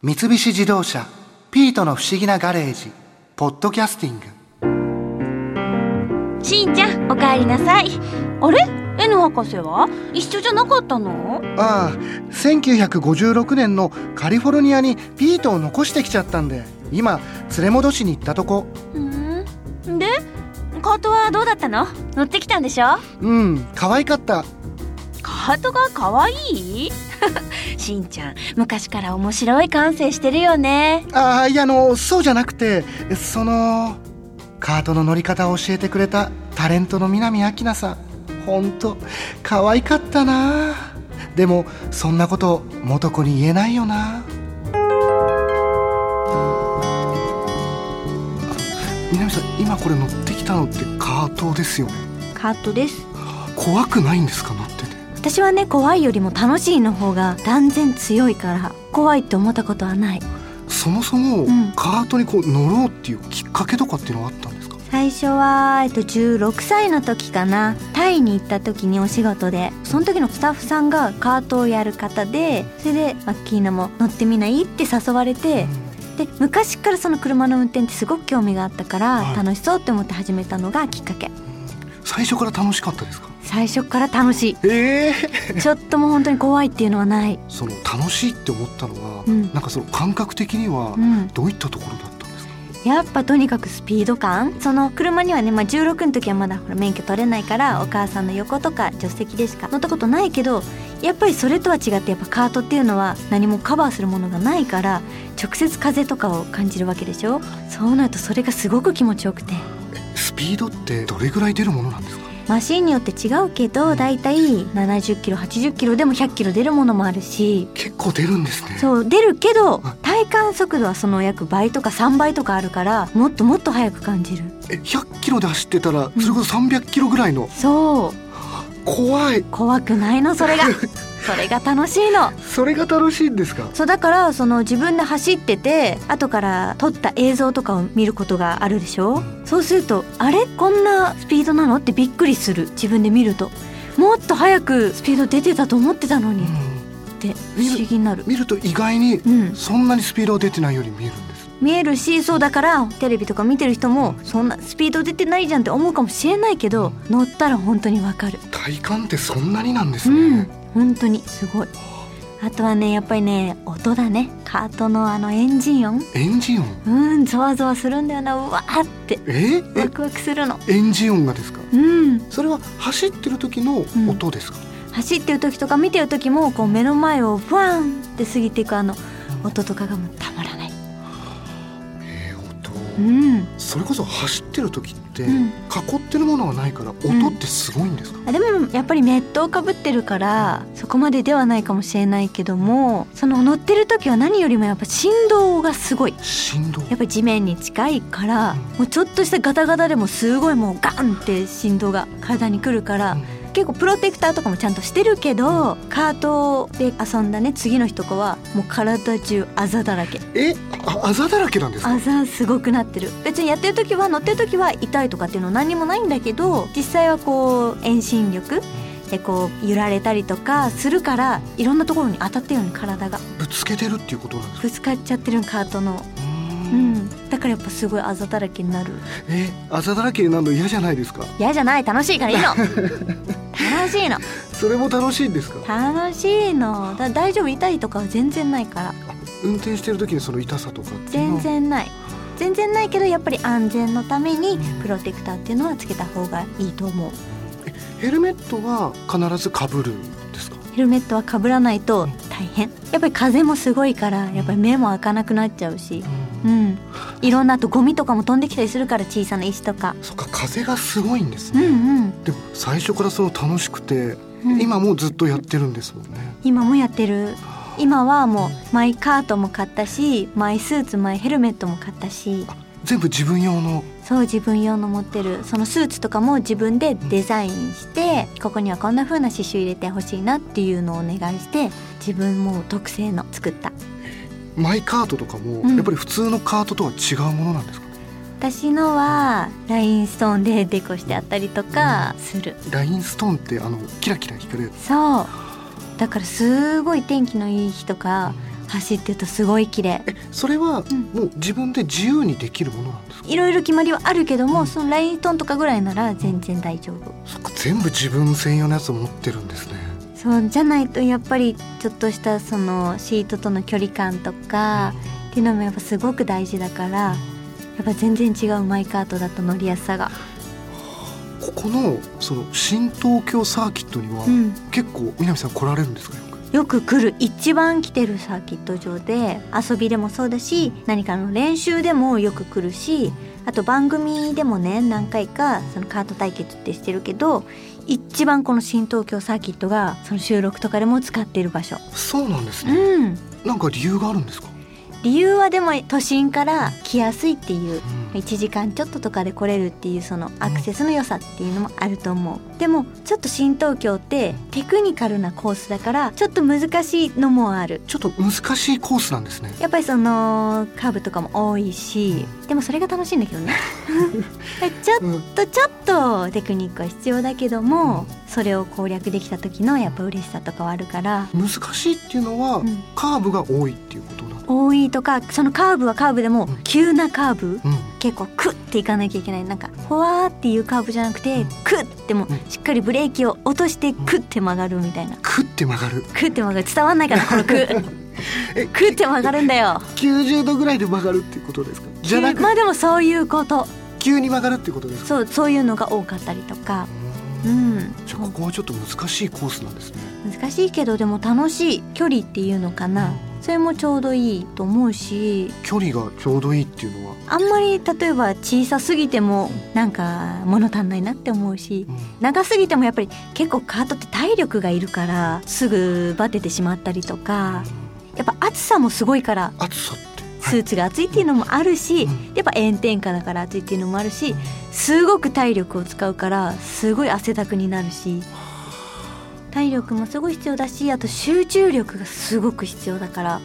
三菱自動車「ピートの不思議なガレージ」「ポッドキャスティングしんちゃんおかえりなさいあれ N 博士は一緒じゃなかったの」ああ1956年のカリフォルニアにピートを残してきちゃったんで今連れ戻しに行ったとこふんでカートはどうだったの乗ってきたんでしょうん可愛かったカートが可愛い しんちゃん昔から面白い感性してるよねああいやあのそうじゃなくてそのカートの乗り方を教えてくれたタレントの南明奈さんほんと可愛かったなでもそんなこと元子に言えないよな南さん今これ乗ってきたのってカートですよねカートです怖くないんですか乗ってて私はね怖いよりも楽しいの方が断然強いから怖いって思ったことはないそもそもうんカートにこう乗ろうっていうきっかけとかっていうのはあったんですか最初は、えっと、16歳の時かなタイに行った時にお仕事でその時のスタッフさんがカートをやる方でそれでマッキーナも乗ってみないって誘われてで昔からその車の運転ってすごく興味があったからはい楽しそうって思って始めたのがきっかけ最初から楽しかったですか最初から楽しええいちょっともう本当に怖いっていうの はないその楽しいって思ったのは、うんなんかその感覚的にはうんどういったところだったんですか、やっぱとにかくスピード感その車にはね、まあ、16の時はまだほら免許取れないからお母さんの横とか助手席でしか乗ったことないけどやっぱりそれとは違ってやっぱカートっていうのは何もカバーするものがないから直接風とかを感じるわけでしょそうなるとそれがすごく気持ちよくてスピードってどれぐらい出るものなんですかマシンによって違うけどだいたい70キロ80キロでも100キロ出るものもあるし結構出るんですねそう出るけどはい体感速度はその約倍とか3倍とかあるからもっともっと速く感じるえ100キロで走ってたらんそれこそ300キロぐらいの、そう怖い怖くないのそれがそれが楽しいのそれが楽しいんですかそうだからその自分で走ってて後から撮った映像とかを見ることがあるでしょそうするとあれこんなスピードなのってびっくりする自分で見るともっと早くスピード出てたと思ってたのにうっんて不思議になる見ると意外にうんそんなにスピードは出てないように見えるんです見えるしそうだからテレビとか見てる人もそんなスピード出てないじゃんって思うかもしれないけど乗ったら本当にわかる体感ってそんなになんですね、うん、本当にすごい。あとはね、やっぱりね、音だね。カートのあのエンジン音。エンジン音うん、ゾワゾワするんだよな。うわーって。えワクワクするの。えエンジン音がですかうん。それは走ってる時の音ですか、走ってる時とか見てる時も、こう目の前をブワンって過ぎていくあの音とかがもうたまらない。えー音、うん。それこそ走ってる時って、うん囲ってるものがないから音ってすごいんですか、あでもやっぱりメットをかぶってるからそこまでではないかもしれないけどもその乗ってる時は何よりもやっぱ振動がすごい振動やっぱり地面に近いからもうちょっとしたガタガタでもすごいもうガンって振動が体にくるから結構プロテクターとかもちゃんとしてるけどカートで遊んだね次の日とかはもう体中あざだらけえああざだらけなんですかあざすごくなってる別にやってる時は乗ってる時は痛いとかっていうの何にもないんだけど実際はこう遠心力でこう揺られたりとかするからいろんなところに当たったように体がぶつけてるっていうことなんですかぶつかっちゃってるカートうのーうんんだからやっぱすごいあざだらけになるえあざだらけになるの嫌じゃないですか嫌じゃない楽しいからいい の楽しいのそれも楽しいんですか楽しいのだ大丈夫痛いとかは全然ないから運転してる時にその痛さとかっていうの全は然ない全然ないけどやっぱり安全のためにプロテクターっていうのはつけた方がいいと思うヘルメットは必ずかぶるんですかヘルメットは被らないと大変やっぱり風もすごいからやっぱり目も開かなくなっちゃうしうんいろんなあとゴミとかも飛んできたりするから小さな石とかそっか風がすごいんですうね、んでも最初からその楽しくて、うん、うん今もうずっとやってるんですもんね今もやってる今はもうマイカートも買ったしマイスーツマイヘルメットも買ったし全部自分用のそう自分用の持ってるそのスーツとかも自分でデザインしてここにはこんな風な刺繍入れてほしいなっていうのをお願いして自分も特製の作ったマイカートとかも、うんやっぱり普通のカートとは違うものなんですか私のはラインストーンでデコしてあったりとかするラインストーンってあのキラキラ光るやつそうだからすごい天気のいい日とか走ってるとすごい綺麗えそれはうんもう自分で自由にできるものなんですかいろいろ決まりはあるけども、そのライトンとかぐらいなら全然大丈夫そっか全部自分専用のやつを持ってるんですねそうじゃないとやっぱりちょっとしたそのシートとの距離感とかっていうのもやっぱすごく大事だからやっぱ全然違うマイカートだと乗りやすさが、ここのその新東京サーキットには、うん、結構南さん来られるんですかよくよく来る一番来てるサーキット場で遊びでもそうだし何かの練習でもよく来るしあと番組でもね何回かそのカート対決ってしてるけど一番この新東京サーキットがその収録とかでも使っている場所。そうなんですね、うんなんか理由があるんですか、理由はでも都心から来やすいっていううん1時間ちょっととかで来れるっていうそのアクセスの良さっていうのもあると思うでもちょっと新東京ってテクニカルなコースだからちょっと難しいのもあるちょっと難しいコースなんですねやっぱりそのカーブとかも多いしでもそれが楽しいんだけどねちょっうんとちょっとテクニックは必要だけどもそれを攻略できた時のやっぱ嬉しさとかはあるから難しいっていうのは、うんカーブが多いっていうことだ多いとかそのカーブはカーブでもうん急なカーブうん結構クッていかなきゃいけないなんかほわーっていうカーブじゃなくてクッてもうんしっかりブレーキを落としてクッて曲がるみたいなクって曲がるクッて曲がる伝わんないかなこのク え クッて曲がるんだよ90度ぐらいで曲がるっていうことですかじゃなくまあでもそういうこと急に曲がるっていうことですかそうそういうのが多かったりとかううんんじゃあここはちょっと難しいコースなんですね難しいけどでも楽しい距離っていうのかなそれもちょうどいいと思うし距離がちょうどいいっていうのは、あんまり例えば小さすぎてもなんか物足んないなって思うしうん長すぎてもやっぱり結構カートって体力がいるからすぐバテてしまったりとかやっぱ暑さもすごいから暑さって、スーツが暑いっていうのもあるし、うんやっぱ炎天下だから暑いっていうのもあるしすごく体力を使うからすごい汗だくになるし体力もすごい必要だしあと集中力がすごく必要だから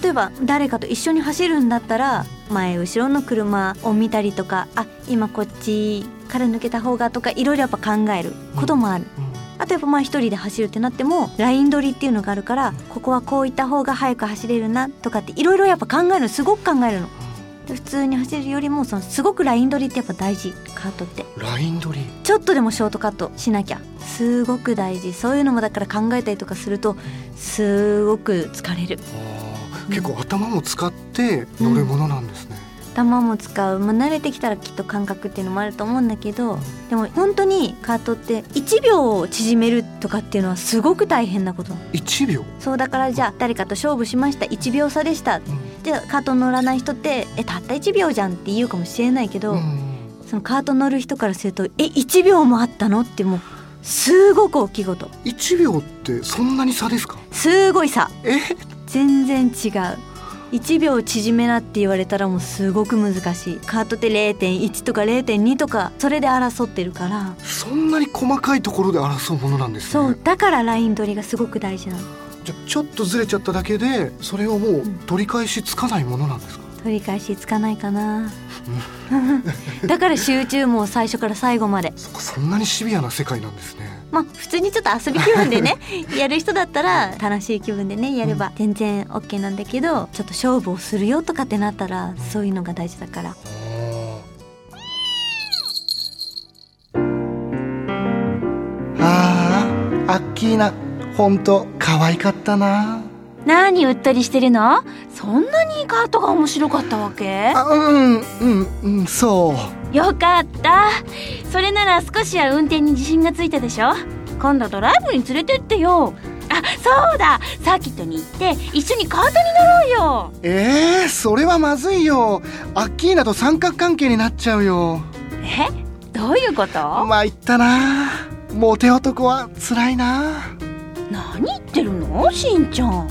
例えば誰かと一緒に走るんだったら前後ろの車を見たりとかあ今こっちから抜けた方がとかいろいろやっぱ考えることもある。うんあとやっぱまあ一人で走るってなってもライン取りっていうのがあるからここはこういった方が早く走れるなとかっていろいろやっぱ考えるのすごく考えるので普通に走るよりもそのすごくライン取りってやっぱ大事カートってライン取りちょっとでもショートカットしなきゃすごく大事そういうのもだから考えたりとかするとすごく疲れるあー結構頭も使って乗るものなんですね、頭も使う、まあ、慣れてきたらきっと感覚っていうのもあると思うんだけどでも本当にカートって1秒を縮めるとかっていうのはすごく大変なことなの1秒、そうだからじゃあ誰かと勝負しました1秒差でしたじゃあカート乗らない人ってえたった1秒じゃんって言うかもしれないけど、うんそのカート乗る人からするとえ1秒もあったのってもうすごく大きいこと1秒ってそんなに差ですかすごいさえ全然違う1秒縮めなって言われたらもうすごく難しいカートって0.1とか0.2とかそれで争ってるからそんなに細かいところで争うものなんですねそうだからライン取りがすごく大事なのじゃあちょっとずれちゃっただけでそれをもううん取り返しつかないものなんですか、取り返しつかないかなだから集中も最初から最後までそっかそんなにシビアな世界なんですねまあ普通にちょっと遊び気分で ねやる人だったら楽しい気分でねやれば全然 OK なんだけどちょっと勝負をするよとかってなったらそういうのが大事だからあーアッキーナ本当可愛かったな何うっとりしてるのそんなにカートが面白かったわけあうんうんうんそうよかったそれなら少しは運転に自信がついたでしょ今度ドライブに連れてってよあそうだサーキットに行って一緒にカートに乗ろうよえー、それはまずいよアッキーナと三角関係になっちゃうよえどういうことまあ言ったなモテ男は辛いな何言ってるのしんちゃん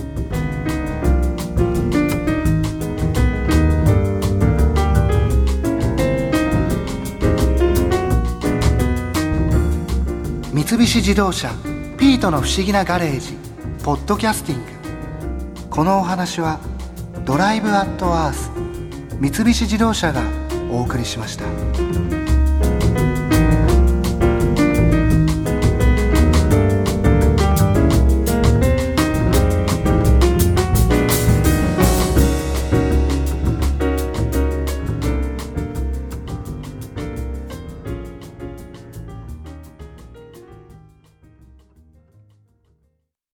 三菱自動車ピートの不思議なガレージポッドキャスティングこのお話はドライブアットアース三菱自動車がお送りしました